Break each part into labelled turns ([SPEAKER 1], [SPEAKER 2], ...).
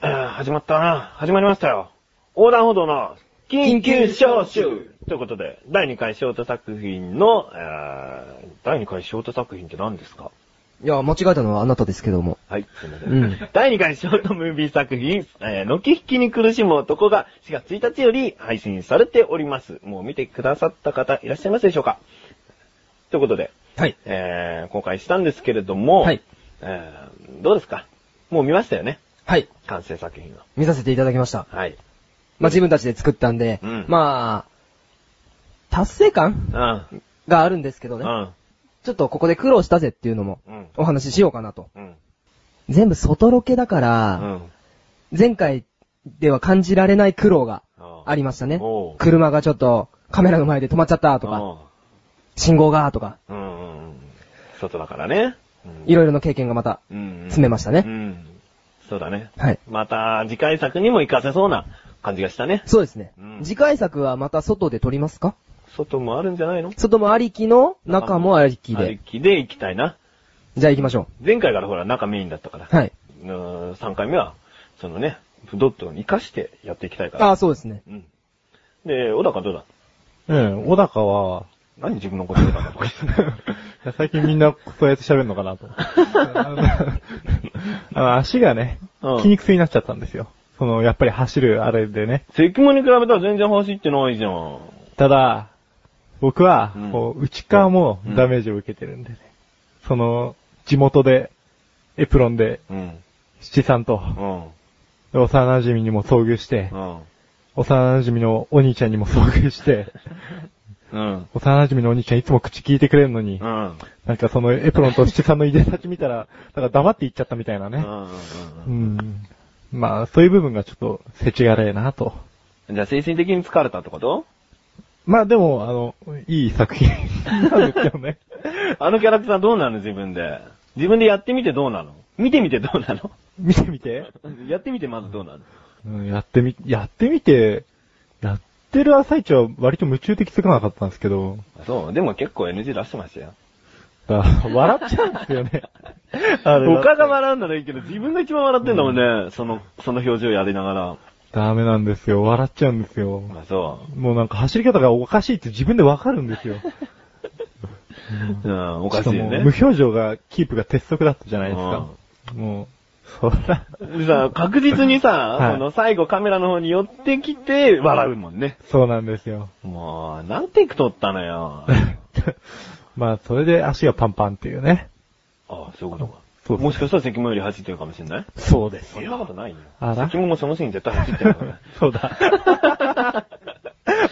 [SPEAKER 1] 始まったな。始まりましたよ。横断歩道の緊急招集ということで、第2回ショート作品の、えー、第2回ショート作品って何ですか
[SPEAKER 2] いや、間違えたのはあなたですけども。
[SPEAKER 1] はい、すいません。
[SPEAKER 2] うん
[SPEAKER 1] 第2回ショートムービー作品、えー、のき引きに苦しむ男が4月1日より配信されております。もう見てくださった方いらっしゃいますでしょうかということで、
[SPEAKER 2] はい。
[SPEAKER 1] えー、公開したんですけれども、
[SPEAKER 2] はい
[SPEAKER 1] えー、どうですかもう見ましたよね
[SPEAKER 2] はい。
[SPEAKER 1] 完成作品は。
[SPEAKER 2] 見させていただきました。
[SPEAKER 1] はい。
[SPEAKER 2] まあ、自分たちで作ったんで、
[SPEAKER 1] うん
[SPEAKER 2] まあ、達成感
[SPEAKER 1] うん。
[SPEAKER 2] があるんですけど
[SPEAKER 1] う
[SPEAKER 2] ね。
[SPEAKER 1] ん。
[SPEAKER 2] ちょっとここで苦労したぜっていうのも
[SPEAKER 1] うん。
[SPEAKER 2] お話ししようかなと。
[SPEAKER 1] うん。
[SPEAKER 2] 全部外ロケだか
[SPEAKER 1] う
[SPEAKER 2] ら、
[SPEAKER 1] ん。
[SPEAKER 2] 前回では感じられない苦労がありましたね
[SPEAKER 1] おう。
[SPEAKER 2] 車がちょっとカメラの前で止まっちゃったとか、
[SPEAKER 1] か。
[SPEAKER 2] 信号がとか、
[SPEAKER 1] うんうんうん。外だからね。うん
[SPEAKER 2] いろいろの経験がまた。
[SPEAKER 1] うん
[SPEAKER 2] 詰めましたね
[SPEAKER 1] うん。そうだね。
[SPEAKER 2] はい。
[SPEAKER 1] また、次回作にも活かせそうな感じがしたね。
[SPEAKER 2] そうですね
[SPEAKER 1] うん。
[SPEAKER 2] 次回作はまた外で撮りますか
[SPEAKER 1] 外もあるんじゃないの
[SPEAKER 2] 外もありきの中もありき
[SPEAKER 1] 歩
[SPEAKER 2] で。
[SPEAKER 1] きで行きたいな。
[SPEAKER 2] じゃあ行きましょ
[SPEAKER 1] 前回からほら、中メインだったから。
[SPEAKER 2] う。はい。
[SPEAKER 1] うーん、3回目は、そのね、ドットに活かしてやっていきたいから。
[SPEAKER 2] ああ、そうですね。
[SPEAKER 1] うん。で、小高どうだ
[SPEAKER 3] うん、小 高は、
[SPEAKER 1] 何自分のこと言うかなとか言って
[SPEAKER 3] 最近みんなそうやって喋るのか なと。あの、足がね、
[SPEAKER 1] うん
[SPEAKER 3] 筋肉痛になっちゃったんですよ。その、やっぱり走るあれでね。
[SPEAKER 1] 関門に比べたら全然走ってないじゃん。
[SPEAKER 3] ただ、僕は
[SPEAKER 1] うん、
[SPEAKER 3] こう、内側も
[SPEAKER 1] うん
[SPEAKER 3] ダメージを受けてるんでね。その、地元で、エプロンで、
[SPEAKER 1] うん。
[SPEAKER 3] 七さんと、
[SPEAKER 1] うん。
[SPEAKER 3] 幼馴染にも遭遇して
[SPEAKER 1] う、ん。
[SPEAKER 3] 幼馴染のお兄ちゃんにも遭 遇して、
[SPEAKER 1] うん。
[SPEAKER 3] 幼馴染のお兄ちゃんいつも口聞いてくれるのに
[SPEAKER 1] う、ん。
[SPEAKER 3] なんかそのエプロンと七さんの入れ先見 たら、なんか黙って行っちゃったみたいなね。う
[SPEAKER 1] うん
[SPEAKER 3] ん。まあ、そういう部分がちょっと、せちがれえなと。
[SPEAKER 1] じゃあ精神的に疲れたってこと
[SPEAKER 3] まあでも、あの、いい作品なんですよね。
[SPEAKER 1] あのキャラクターどうなの自分で。自分でやってみてどうなの見てみてどうなの
[SPEAKER 3] 見てみて、
[SPEAKER 1] やってみてまずどうなの
[SPEAKER 3] うん。やってみ、やってみて、やってる朝一は割と夢中で気づかなかったんですけど、
[SPEAKER 1] そう、でも結構 NG 出してましたよ。
[SPEAKER 3] だから笑っちゃうんです よね。あれ
[SPEAKER 1] 他が笑うならいいけど、自分が一番笑ってんだもんね。その、その表情やりながら。
[SPEAKER 3] ダメなんですよ。笑っちゃうんですよ。
[SPEAKER 1] まあそ
[SPEAKER 3] もうなんか走り方がおかしいって自分でわかるんですよ。
[SPEAKER 1] う。うん、お
[SPEAKER 3] お
[SPEAKER 1] かしいよ
[SPEAKER 3] 無
[SPEAKER 1] ね。
[SPEAKER 3] 表情がキープが鉄則だったじゃないですか。もう、そら、
[SPEAKER 1] でさ、確実にさ、
[SPEAKER 3] はい
[SPEAKER 1] その最後カメラの方に寄ってきて、笑うもんね。
[SPEAKER 3] そうなんですよ。
[SPEAKER 1] もう、何テイク撮ったの よ。
[SPEAKER 3] まあ、それで足がパンパンっていうね。
[SPEAKER 1] ああ、そういうことか。
[SPEAKER 3] そう
[SPEAKER 1] もしかしたら関門より走ってるかもしれない
[SPEAKER 3] そうで
[SPEAKER 1] そんなことないよ。
[SPEAKER 3] あら
[SPEAKER 1] 関門もそのシーン絶対走ってるからね。
[SPEAKER 3] そ うだ。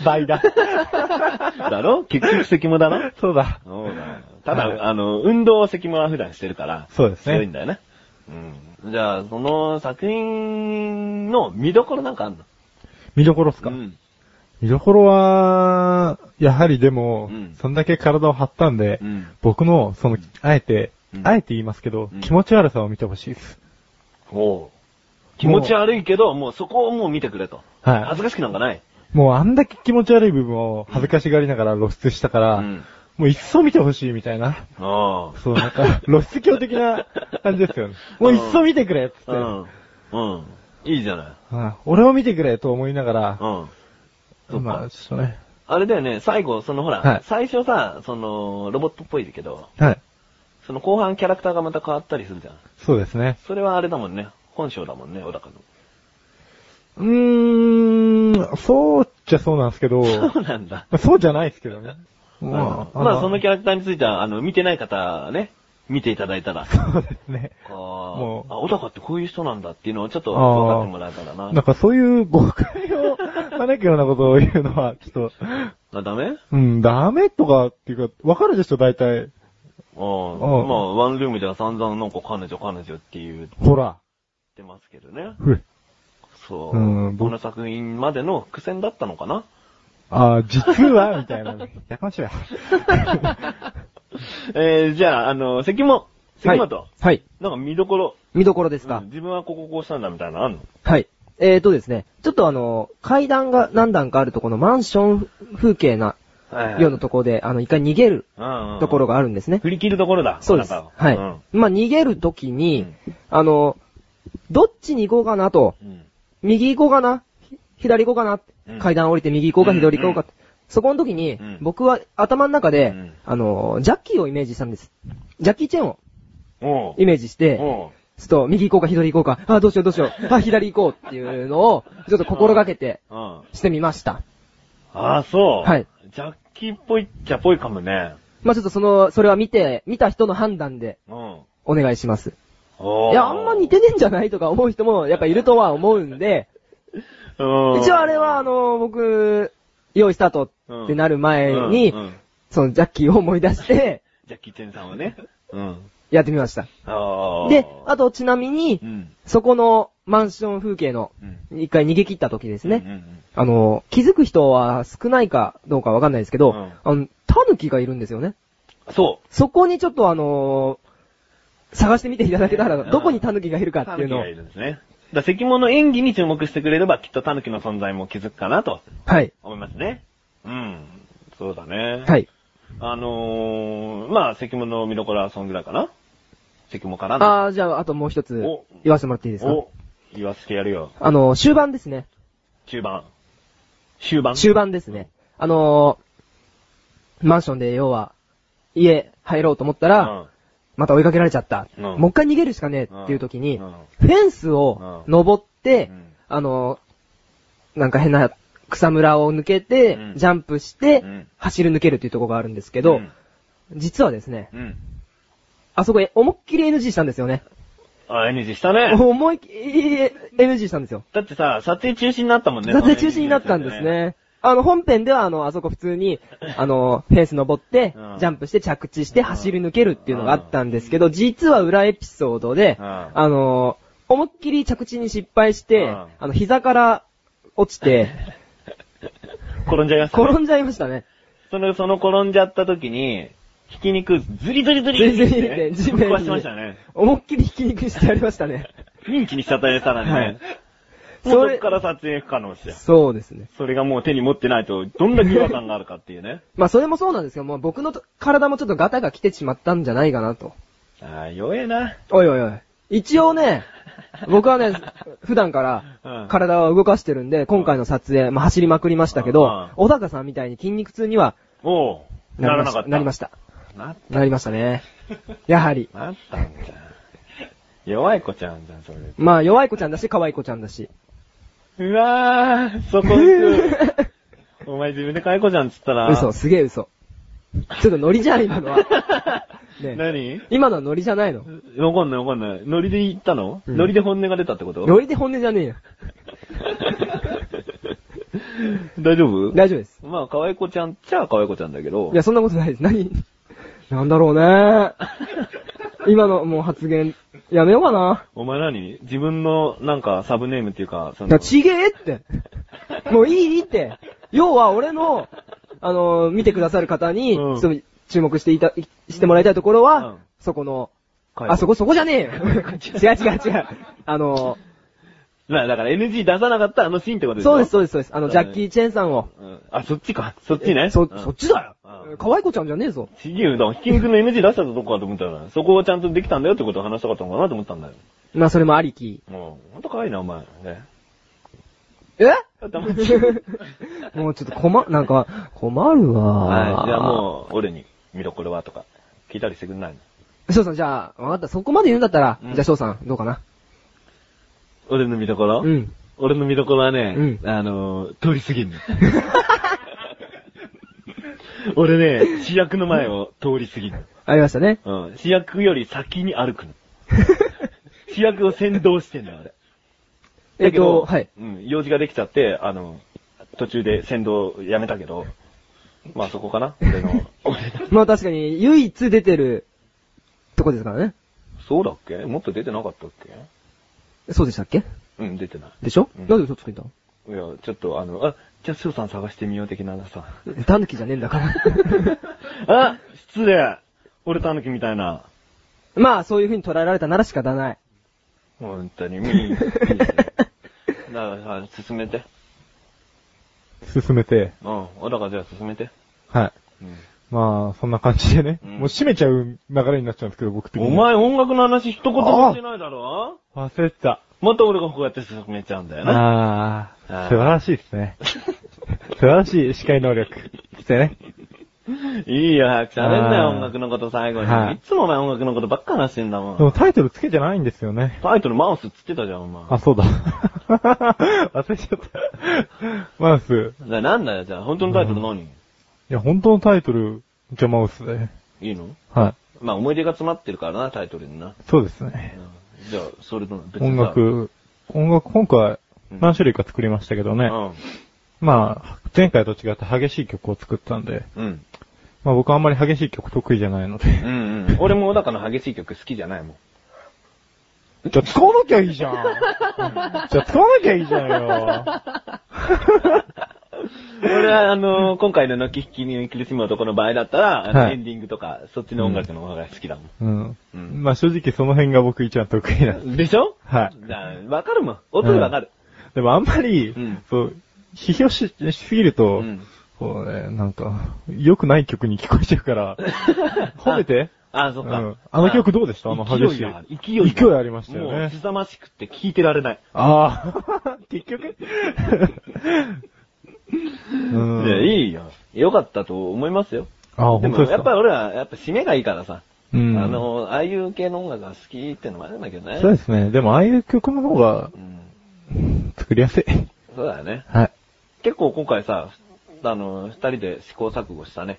[SPEAKER 3] 倍だ。
[SPEAKER 1] だろ結局関門だろ
[SPEAKER 3] そうだ。
[SPEAKER 1] そうだよ。ただ、あの、運動を関門は普段してるから、
[SPEAKER 3] そうですね
[SPEAKER 1] 強いんだよね。うん。じゃあ、その作品の見どころなんかあんの
[SPEAKER 3] 見どころっすか、
[SPEAKER 1] うん。
[SPEAKER 3] 見どころは、やはりでも、
[SPEAKER 1] うん
[SPEAKER 3] そんだけ体を張ったんで、
[SPEAKER 1] うん
[SPEAKER 3] 僕の、その、あえて、
[SPEAKER 1] うん
[SPEAKER 3] あえて言いますけど、
[SPEAKER 1] うん
[SPEAKER 3] 気持ち悪さを見てほしいです。
[SPEAKER 1] おう気持ち悪いけど、もうそこをもう見てくれと。
[SPEAKER 3] はい
[SPEAKER 1] 恥ずかしくなんかない。
[SPEAKER 3] もうあんだけ気持ち悪い部分を恥ずかしがりながら露出したから、
[SPEAKER 1] うん
[SPEAKER 3] もういっそ見てほしいみたいな。
[SPEAKER 1] ああ。
[SPEAKER 3] そう、なん か、露出狂的な感じですよね。もういっそ見てくれっつって。
[SPEAKER 1] うん。うん。いいじゃない。
[SPEAKER 3] うん俺を見てくれと思いながら、
[SPEAKER 1] うん。そっか
[SPEAKER 3] まあ、ちょっとね。
[SPEAKER 1] あれだよね、最後、そのほら、
[SPEAKER 3] はい
[SPEAKER 1] 最初さ、その、ロボットっぽいけど、
[SPEAKER 3] はい。
[SPEAKER 1] その後半キャラクターがまた変わったりするじゃん。
[SPEAKER 3] そうですね。
[SPEAKER 1] それはあれだもんね。本性だもんね、小高の。
[SPEAKER 3] うーん、そうっちゃそうなんです けど、ま
[SPEAKER 1] そうなんだ。
[SPEAKER 3] あそうじゃないですけどね。
[SPEAKER 1] ま
[SPEAKER 3] ま
[SPEAKER 1] あ、
[SPEAKER 3] あ、
[SPEAKER 1] まあ、その
[SPEAKER 3] キ
[SPEAKER 1] キャラクターについては、あの、見てない方、ね、見ていただいたら、
[SPEAKER 3] ャそうで すね。
[SPEAKER 1] こ
[SPEAKER 3] も
[SPEAKER 1] う、
[SPEAKER 3] う
[SPEAKER 1] あ、小高ってこういう人なんだっていうのをちょっと
[SPEAKER 3] あー
[SPEAKER 1] 分かってもらえたらな。
[SPEAKER 3] なんかそういう誤解を招くようなことを言うのは、ちょっと、
[SPEAKER 1] あ、ダメ
[SPEAKER 3] うん、ダメとかっていうか、わかるでしょ、大体。
[SPEAKER 1] あー
[SPEAKER 3] あー
[SPEAKER 1] まあ、ワンルームでは散々なんか彼女彼女って言っ
[SPEAKER 3] ほら。
[SPEAKER 1] てますけどね。
[SPEAKER 3] ふっ
[SPEAKER 1] そう。
[SPEAKER 3] うん
[SPEAKER 1] こ
[SPEAKER 3] 僕
[SPEAKER 1] の作品までの伏線だったのかな
[SPEAKER 3] あー実は、みたいな。やかましいわ。
[SPEAKER 1] えー、じゃあ、あの、関も、関
[SPEAKER 2] はい
[SPEAKER 1] 本、と、
[SPEAKER 2] はい。
[SPEAKER 1] なんか見どころ、
[SPEAKER 2] 見どころですか、
[SPEAKER 1] 自分はこここうしたんだみたいなのあんの
[SPEAKER 2] はい。えーとですね、ちょっとあの、階段が何段かあるところのマンション風景なようなところで、あの、一回逃げる
[SPEAKER 1] うん。
[SPEAKER 2] ところがあるんですね。
[SPEAKER 1] 振り切るところだ。
[SPEAKER 2] そうです。
[SPEAKER 1] あなた
[SPEAKER 2] はい。
[SPEAKER 1] うん
[SPEAKER 2] まあ、逃げるときに、あの、どっちに行こうかなと
[SPEAKER 1] うん。
[SPEAKER 2] 右行こうかな、ひ左行こうかな、
[SPEAKER 1] うん
[SPEAKER 2] 階段降りて右行こうか、
[SPEAKER 1] うん
[SPEAKER 2] 左行こうか、そこの時に、
[SPEAKER 1] うん
[SPEAKER 2] 僕は頭の中で、
[SPEAKER 1] うん
[SPEAKER 2] あの、ジャッキーをイメージしたんです。ジャッキーチェーンを
[SPEAKER 1] おう
[SPEAKER 2] イメージして、
[SPEAKER 1] おう
[SPEAKER 2] ちょっと右行こうか、左行こうか、あ、どうしようどうしよう、あ、左行こうっていうのを、ちょっと心がけて、
[SPEAKER 1] うん。
[SPEAKER 2] してみました。
[SPEAKER 1] ああ、そう。
[SPEAKER 2] はい。
[SPEAKER 1] ジャッキーっぽいっちゃぽいかもね。
[SPEAKER 2] まあちょっとその、それは見て、見た人の判断で
[SPEAKER 1] うん。
[SPEAKER 2] お願いします。
[SPEAKER 1] おー
[SPEAKER 2] いや、あんま似てねえんじゃないとか思う人もやっぱいるとは思うんで、
[SPEAKER 1] うん。
[SPEAKER 2] 一応あれはあの、僕、用意スタートってなる前に
[SPEAKER 1] うんう、ん
[SPEAKER 2] そのジャッキーを思い出して、
[SPEAKER 1] ジャッキーチェンさんはね。うん。
[SPEAKER 2] やってみました。
[SPEAKER 1] ああ。
[SPEAKER 2] で、あとちなみに
[SPEAKER 1] う、ん。
[SPEAKER 2] そこのマンション風景の
[SPEAKER 1] うん。
[SPEAKER 2] 一回逃げ切った時です
[SPEAKER 1] うん
[SPEAKER 2] ね。
[SPEAKER 1] うん
[SPEAKER 2] あの、気づく人は少ないかどうかわかんないですけど、
[SPEAKER 1] うん
[SPEAKER 2] あの、タヌキがいるんですよね。
[SPEAKER 1] うん。そ
[SPEAKER 2] そこにちょっとあのー探してみていただけたら、
[SPEAKER 1] うん
[SPEAKER 2] どこにタヌキがいる
[SPEAKER 1] う。
[SPEAKER 2] かっていうの
[SPEAKER 1] 狸
[SPEAKER 2] を
[SPEAKER 1] が。いるんですね。だから石物の演技に注目してくれれば、きっと狸の存在も気づくかなと
[SPEAKER 2] はい。
[SPEAKER 1] 思いますね。うん。そうだね。。
[SPEAKER 2] はいい。
[SPEAKER 1] あのー、まあ、石物の見どころはそんぐらいかな石物かなあ、
[SPEAKER 2] あー、じゃあ、あともう一つ
[SPEAKER 1] お
[SPEAKER 2] 言わせてもらっていいですか
[SPEAKER 1] お、言わせてやるよ。
[SPEAKER 2] あの、終盤ですね。
[SPEAKER 1] 中盤。終盤。
[SPEAKER 2] 終盤ですね。あのーマンションで要は、家入ろうと思ったら、また追いかけられちゃった。
[SPEAKER 1] うん
[SPEAKER 2] もう一回逃げるしかねえっていう時に、
[SPEAKER 1] うん
[SPEAKER 2] フェンスを
[SPEAKER 1] うん
[SPEAKER 2] 登って、
[SPEAKER 1] うん
[SPEAKER 2] あのーなんか変な草むらを抜けて、
[SPEAKER 1] うん
[SPEAKER 2] ジャンプして、
[SPEAKER 1] うん
[SPEAKER 2] 走り抜けるっていうところがあるんですけど、
[SPEAKER 1] うん
[SPEAKER 2] 実はですね、
[SPEAKER 1] うん。
[SPEAKER 2] あそこへ思いっきり NG したんですよね。
[SPEAKER 1] あ、NG したね。
[SPEAKER 2] 思いっきり NG したんですよ。
[SPEAKER 1] だってさ、撮影中止になったもんね。
[SPEAKER 2] だって中止になったんですね。あの、本編では、あの、あそこ普通に、あの、フェンス登って
[SPEAKER 1] う、ん
[SPEAKER 2] ジャンプして着地して走り抜けるっていうのがあったんですけど、実は裏エピソードで、
[SPEAKER 1] うん
[SPEAKER 2] あの、思いっきり着地に失敗して、
[SPEAKER 1] うん
[SPEAKER 2] あの、膝から落ち て、
[SPEAKER 1] 転んじゃいました、ね。
[SPEAKER 2] 転んじゃいましたね。
[SPEAKER 1] その、その転んじゃった時に、ひき肉、ズリズリズリ
[SPEAKER 2] ズリズリって地面に
[SPEAKER 1] 壊しましたね。
[SPEAKER 2] 思いっきりひき肉してやりましたね。
[SPEAKER 1] ミンチにしちゃったりしたらね。
[SPEAKER 2] はい
[SPEAKER 1] もう
[SPEAKER 2] そ
[SPEAKER 1] そ
[SPEAKER 2] れ
[SPEAKER 1] っから撮影不可能ですよ。
[SPEAKER 2] そうですね。
[SPEAKER 1] それがもう手に持ってないと、どんだけ違和感があるかっていうね。
[SPEAKER 2] まあ、それもそうなんですけど、もう僕のと体もちょっとガタが来てしまったんじゃないかなと。
[SPEAKER 1] ああ、弱えな。
[SPEAKER 2] おいおいおい。一 応ね、僕はね、普段から
[SPEAKER 1] うん
[SPEAKER 2] 体を動かしてるんで、今回の撮影、まあ、走りまくりましたけ
[SPEAKER 1] う
[SPEAKER 2] ど
[SPEAKER 1] ん、
[SPEAKER 2] 小高さんみたいに筋肉痛には
[SPEAKER 1] おう、ならなかった。
[SPEAKER 2] なりました。
[SPEAKER 1] な、
[SPEAKER 2] なりましたね。やは り。
[SPEAKER 1] なったんじゃん。弱い子ちゃんじゃん、それ。
[SPEAKER 2] まあ、弱い子ちゃんだし、可愛い子ちゃんだし。
[SPEAKER 1] うわぁ、そこ行く。 お前自分で可愛い子ちゃんっつったら。
[SPEAKER 2] 嘘、すげえ嘘。ちょっとノリじゃん、今のは。ね
[SPEAKER 1] 何
[SPEAKER 2] 今のはノリじゃないの。
[SPEAKER 1] わかんないわかんない。ノリで言ったの、
[SPEAKER 2] うん
[SPEAKER 1] ノリで本音が出たってこと
[SPEAKER 2] ノリで本音じゃねえよ。
[SPEAKER 1] 大丈夫
[SPEAKER 2] 大丈夫です。
[SPEAKER 1] まあ、可愛い子ちゃんっちゃ可愛い子ちゃんだけど。
[SPEAKER 2] いや、そんなことないです。何なんだろ うね。今のもう発言、やめようかな。
[SPEAKER 1] お前何自分の、なんか、サブネームっていうか、そ
[SPEAKER 2] だか
[SPEAKER 1] の、
[SPEAKER 2] らちげ えって。もういいって。要は俺の、あのー見てくださる方に、
[SPEAKER 1] うん
[SPEAKER 2] ちょっと注目していた、いしてもらいたいところは、
[SPEAKER 1] うん
[SPEAKER 2] そこの、
[SPEAKER 1] 可愛い子
[SPEAKER 2] あ、そこそこじゃねえ よ。違う違う違う。あの
[SPEAKER 1] なだから NG 出さなかったあのシーンってこと
[SPEAKER 2] ー
[SPEAKER 1] でしょ
[SPEAKER 2] そうですそうですそうです。あの、ジャッキー・チェンさんを。
[SPEAKER 1] うんあ、そっちか。そっちね。う
[SPEAKER 2] そ、
[SPEAKER 1] ん
[SPEAKER 2] そっちだ
[SPEAKER 1] う
[SPEAKER 2] よ
[SPEAKER 1] ん。
[SPEAKER 2] 可愛い子ちゃんじゃねえぞ。
[SPEAKER 1] ちぎゅうだ。ひき肉の NG 出しちゃったとこかと思ったら、そこをちゃんとできたんだよってことを話したかったのかなと思ったんだよ。
[SPEAKER 2] まあ、それもありき。
[SPEAKER 1] もう、ほんと可愛いな、お前。 ね。
[SPEAKER 2] え
[SPEAKER 1] 黙ってはい、
[SPEAKER 2] もうちょっと困、なんか、困るわ。
[SPEAKER 1] じゃあもう、俺に、見どころはとか、聞いたりしてくんないの
[SPEAKER 2] 翔さん、じゃあ、わかった。そこまで言うんだったら、
[SPEAKER 1] うん
[SPEAKER 2] じゃあ翔さん、どうかな。
[SPEAKER 1] 俺の見どころ
[SPEAKER 2] うん。
[SPEAKER 1] 俺の見どころはね
[SPEAKER 2] う、
[SPEAKER 1] あのー、通り過ぎるの。俺ね、主役の前を通り過ぎる
[SPEAKER 2] ありましたね。
[SPEAKER 1] の。うん。主役より先に歩くの。主役を先導してんだよ、俺。
[SPEAKER 2] えっ
[SPEAKER 1] だけど、
[SPEAKER 2] と、はい。
[SPEAKER 1] うん、用事ができちゃって、あの、途中で先導やめたけど、まあそこかな俺の、 俺の。
[SPEAKER 2] まあ確かに、唯一出てる、とこですからね。
[SPEAKER 1] そうだっけもっと出てなかったっ
[SPEAKER 2] そうでしたっけ
[SPEAKER 1] けうん、出てない。
[SPEAKER 2] でしょ、
[SPEAKER 1] うん
[SPEAKER 2] なんで嘘ついたの
[SPEAKER 1] いや、ちょっとあの、あ、じゃあ、翔さん探してみよう的なさ。
[SPEAKER 2] タヌキじゃねえん だから。
[SPEAKER 1] あ、失礼俺タヌキみたいな。
[SPEAKER 2] まあ、そういう風に捉えられたなら仕方ない。
[SPEAKER 1] 本当に、みー。だから、進めて。
[SPEAKER 3] 進めて、
[SPEAKER 1] うん。おだからじゃあ進めて。
[SPEAKER 3] は
[SPEAKER 1] う
[SPEAKER 3] い。
[SPEAKER 1] ん。
[SPEAKER 3] まあ、そんな感じでね。
[SPEAKER 1] うん
[SPEAKER 3] もう閉めちゃう流れになっちゃうんですけど、僕的に。
[SPEAKER 1] お前音楽の話一言もしてないだろ
[SPEAKER 3] 忘れてた。
[SPEAKER 1] また俺がこうやって進めちゃうんだよな。
[SPEAKER 3] あ
[SPEAKER 1] あー
[SPEAKER 3] あ、素晴らしいですね。素晴らしい司会能力。ですよね。
[SPEAKER 1] いいよ、早く喋んなよ、
[SPEAKER 3] あー
[SPEAKER 1] 音楽のこと最後
[SPEAKER 3] は
[SPEAKER 1] に。
[SPEAKER 3] い
[SPEAKER 1] いつもお前音楽のことばっか話してんだも
[SPEAKER 3] でも
[SPEAKER 1] ん。
[SPEAKER 3] タイトルつけてないんですよね。
[SPEAKER 1] タイトルマウスっつってたじゃん、お前。
[SPEAKER 3] あ、そうだ。 忘れちゃった。マウス。
[SPEAKER 1] じゃあなんだよ、じゃあ、本当のタイトル何
[SPEAKER 3] いや、本当のタイトル、じゃマウスで。
[SPEAKER 1] いいの
[SPEAKER 3] はい。
[SPEAKER 1] まあ思い出が詰まってるからな、タイトルにな。
[SPEAKER 3] そうです
[SPEAKER 1] う
[SPEAKER 3] ね。
[SPEAKER 1] んじゃあ、それと別
[SPEAKER 3] 音
[SPEAKER 1] さ。
[SPEAKER 3] 楽、音楽今回
[SPEAKER 1] うん
[SPEAKER 3] 何種類か作りましたけどね。まあ、前回と違って激しい曲を作ったんで、
[SPEAKER 1] うん。うん。
[SPEAKER 3] まあ僕はあんまり激しい曲得意じゃないので。
[SPEAKER 1] うんうん。俺も小高の激しい曲好きじゃないもん。
[SPEAKER 3] じゃあ使わなきゃいい じゃん。じゃあ使わなきゃいいじゃんよ。
[SPEAKER 1] 俺は、あのー今回のノキ引きに苦しむ男の場合だったら、あの
[SPEAKER 3] はい
[SPEAKER 1] エンディングとか、そっちの音楽の方が好きだもん。
[SPEAKER 3] うん。
[SPEAKER 1] うん
[SPEAKER 3] まあ正直その辺が僕一番得意なんです。
[SPEAKER 1] でしょ
[SPEAKER 3] はい
[SPEAKER 1] じゃあ、わかるもん。音でわかる。
[SPEAKER 3] でもあんまり、
[SPEAKER 1] うん
[SPEAKER 3] そう、批評ししすぎると、
[SPEAKER 1] うん
[SPEAKER 3] こうね、なんか、良くない曲に聞こえちゃう から、褒めて。
[SPEAKER 1] あ、そっか。
[SPEAKER 3] うんあの曲どうでしたあの激しい
[SPEAKER 1] 勢いがある勢いがる
[SPEAKER 3] 勢いありましたよね
[SPEAKER 1] もう、凄ましくて聞いてられない。
[SPEAKER 3] ああ、 結 局うん。
[SPEAKER 1] いや、いいよ。よかったと思いますよ。
[SPEAKER 3] あー、
[SPEAKER 1] で
[SPEAKER 3] 本当で
[SPEAKER 1] も、
[SPEAKER 3] すか
[SPEAKER 1] やっぱり俺は、やっぱ締めがいいからさ。
[SPEAKER 3] うん
[SPEAKER 1] あの、ああいう系の音楽が好きってのもあるんだけどね。
[SPEAKER 3] そうですね。でも、ああいう曲の方が
[SPEAKER 1] うん。
[SPEAKER 3] 作りやすい。
[SPEAKER 1] そうだよね。
[SPEAKER 3] はい。
[SPEAKER 1] 結構今回さ、あの、二人で試行錯誤したね。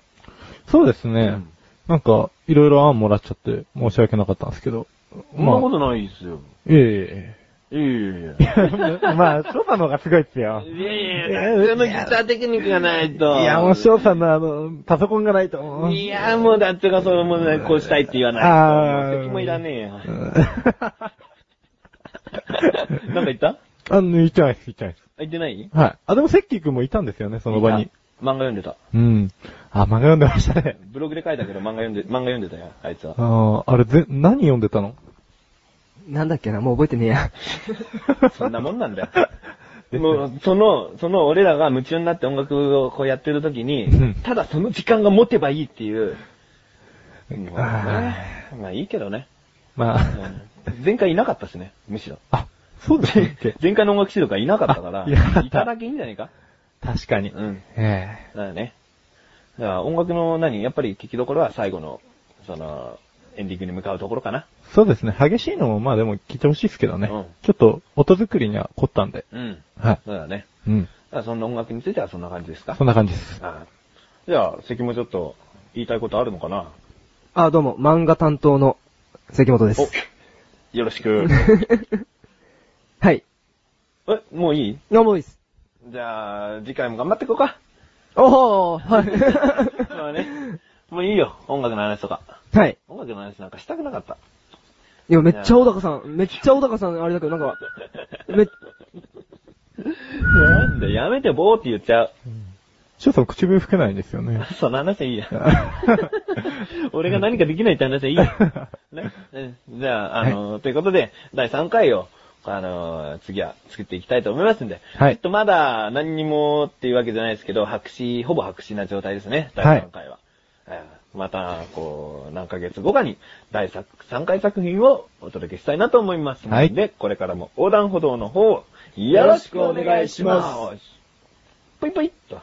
[SPEAKER 3] そうですね。
[SPEAKER 1] うん
[SPEAKER 3] なんか、いろいろ案もらっちゃって、申し訳なかったんですけど。
[SPEAKER 1] そんなことないですよ。
[SPEAKER 3] いえい
[SPEAKER 1] いやいやいや。
[SPEAKER 3] え。 まあ、翔さんの方がすごいっすよ。
[SPEAKER 1] いやいやいや、そのギターテクニックがないと。
[SPEAKER 3] いや、もう翔さんのあの、パソコンがないと思う。
[SPEAKER 1] いや、もうだってか、それもね、こうしたいって言わないと。
[SPEAKER 3] あー
[SPEAKER 1] 責任もいらねえよ。
[SPEAKER 3] うん
[SPEAKER 1] なんか言った
[SPEAKER 3] あの、言っちゃないです、言っちゃないです。
[SPEAKER 1] 言ってない
[SPEAKER 3] はい。あ、でも、セッキーくんもいたんですよね、その場に。。
[SPEAKER 1] 漫画読んでた。
[SPEAKER 3] うん。あ、漫画読んでましたね。
[SPEAKER 1] ブログで書いたけど漫画読んで、漫画読んでたよ、あいつは。
[SPEAKER 3] ああ、あれ、ぜ、何読んで たの
[SPEAKER 2] なんだっけな、もう覚えてねえや。
[SPEAKER 1] そんなもん なんだよ。もう、その、その俺らが夢中になって音楽をこうやってる時
[SPEAKER 3] うん
[SPEAKER 1] に、ただその時間が持てばいいっていう。もう
[SPEAKER 3] あ
[SPEAKER 1] ねまあいいけどね。
[SPEAKER 3] まあ、
[SPEAKER 1] うん前回いなかったしね、むしろ。
[SPEAKER 3] あ、そうですっけ
[SPEAKER 1] 前回の音楽指導がいなかったから、
[SPEAKER 3] あいなかった
[SPEAKER 1] いただけいいんじゃないか
[SPEAKER 3] 確かに。
[SPEAKER 1] うん。
[SPEAKER 3] え
[SPEAKER 1] だよね。だから音楽の何、やっぱり聞きどころは最後の、その、エンディングに向かうところかな。
[SPEAKER 3] えそうですね。激しいのも、まあでも聞いてほしいですけどね。
[SPEAKER 1] うん
[SPEAKER 3] ちょっと、音作りには凝ったんで。
[SPEAKER 1] うん。
[SPEAKER 3] はい。
[SPEAKER 1] そうだね。
[SPEAKER 3] うん。
[SPEAKER 1] だからそんな音楽についてはそんな感じですか
[SPEAKER 3] そんな感じです。
[SPEAKER 1] あじゃあ、関もちょっと言いたいことあるのかな
[SPEAKER 2] あ、どうも、漫画担当の関本です。
[SPEAKER 1] およろしく。
[SPEAKER 2] はい。
[SPEAKER 1] え、もういい
[SPEAKER 2] どうもいいです。
[SPEAKER 1] じゃあ、次回も頑張っていこう か。
[SPEAKER 2] お ー、はい。
[SPEAKER 1] まあね。もういいよ、音楽の話とか。
[SPEAKER 2] はい。
[SPEAKER 1] 音楽の話なんかしたくなかった。
[SPEAKER 2] いや、めっちゃ小高さん、めっちゃ小高さん、あれだけど、なんか、め、
[SPEAKER 1] なんで、やめてぼーって言っちゃう。
[SPEAKER 3] 翔さん、口笛吹けないんですよね。
[SPEAKER 1] その話はいいや。俺が何かできないって話はいいや。ね、うんじゃあ、あの、ということで、第3回を、あの、次は作っていきたいと思いますんで、
[SPEAKER 3] はい
[SPEAKER 1] ちょっとまだ何にもっていうわけじゃないですけど、白紙、ほぼ白紙な状態ですね、第3回は。えーまた、こう、何ヶ月後かに、第3回作品をお届けしたいなと思いますので、これからも横断歩道の方、よろしくお願いします。ぷいぷいっと。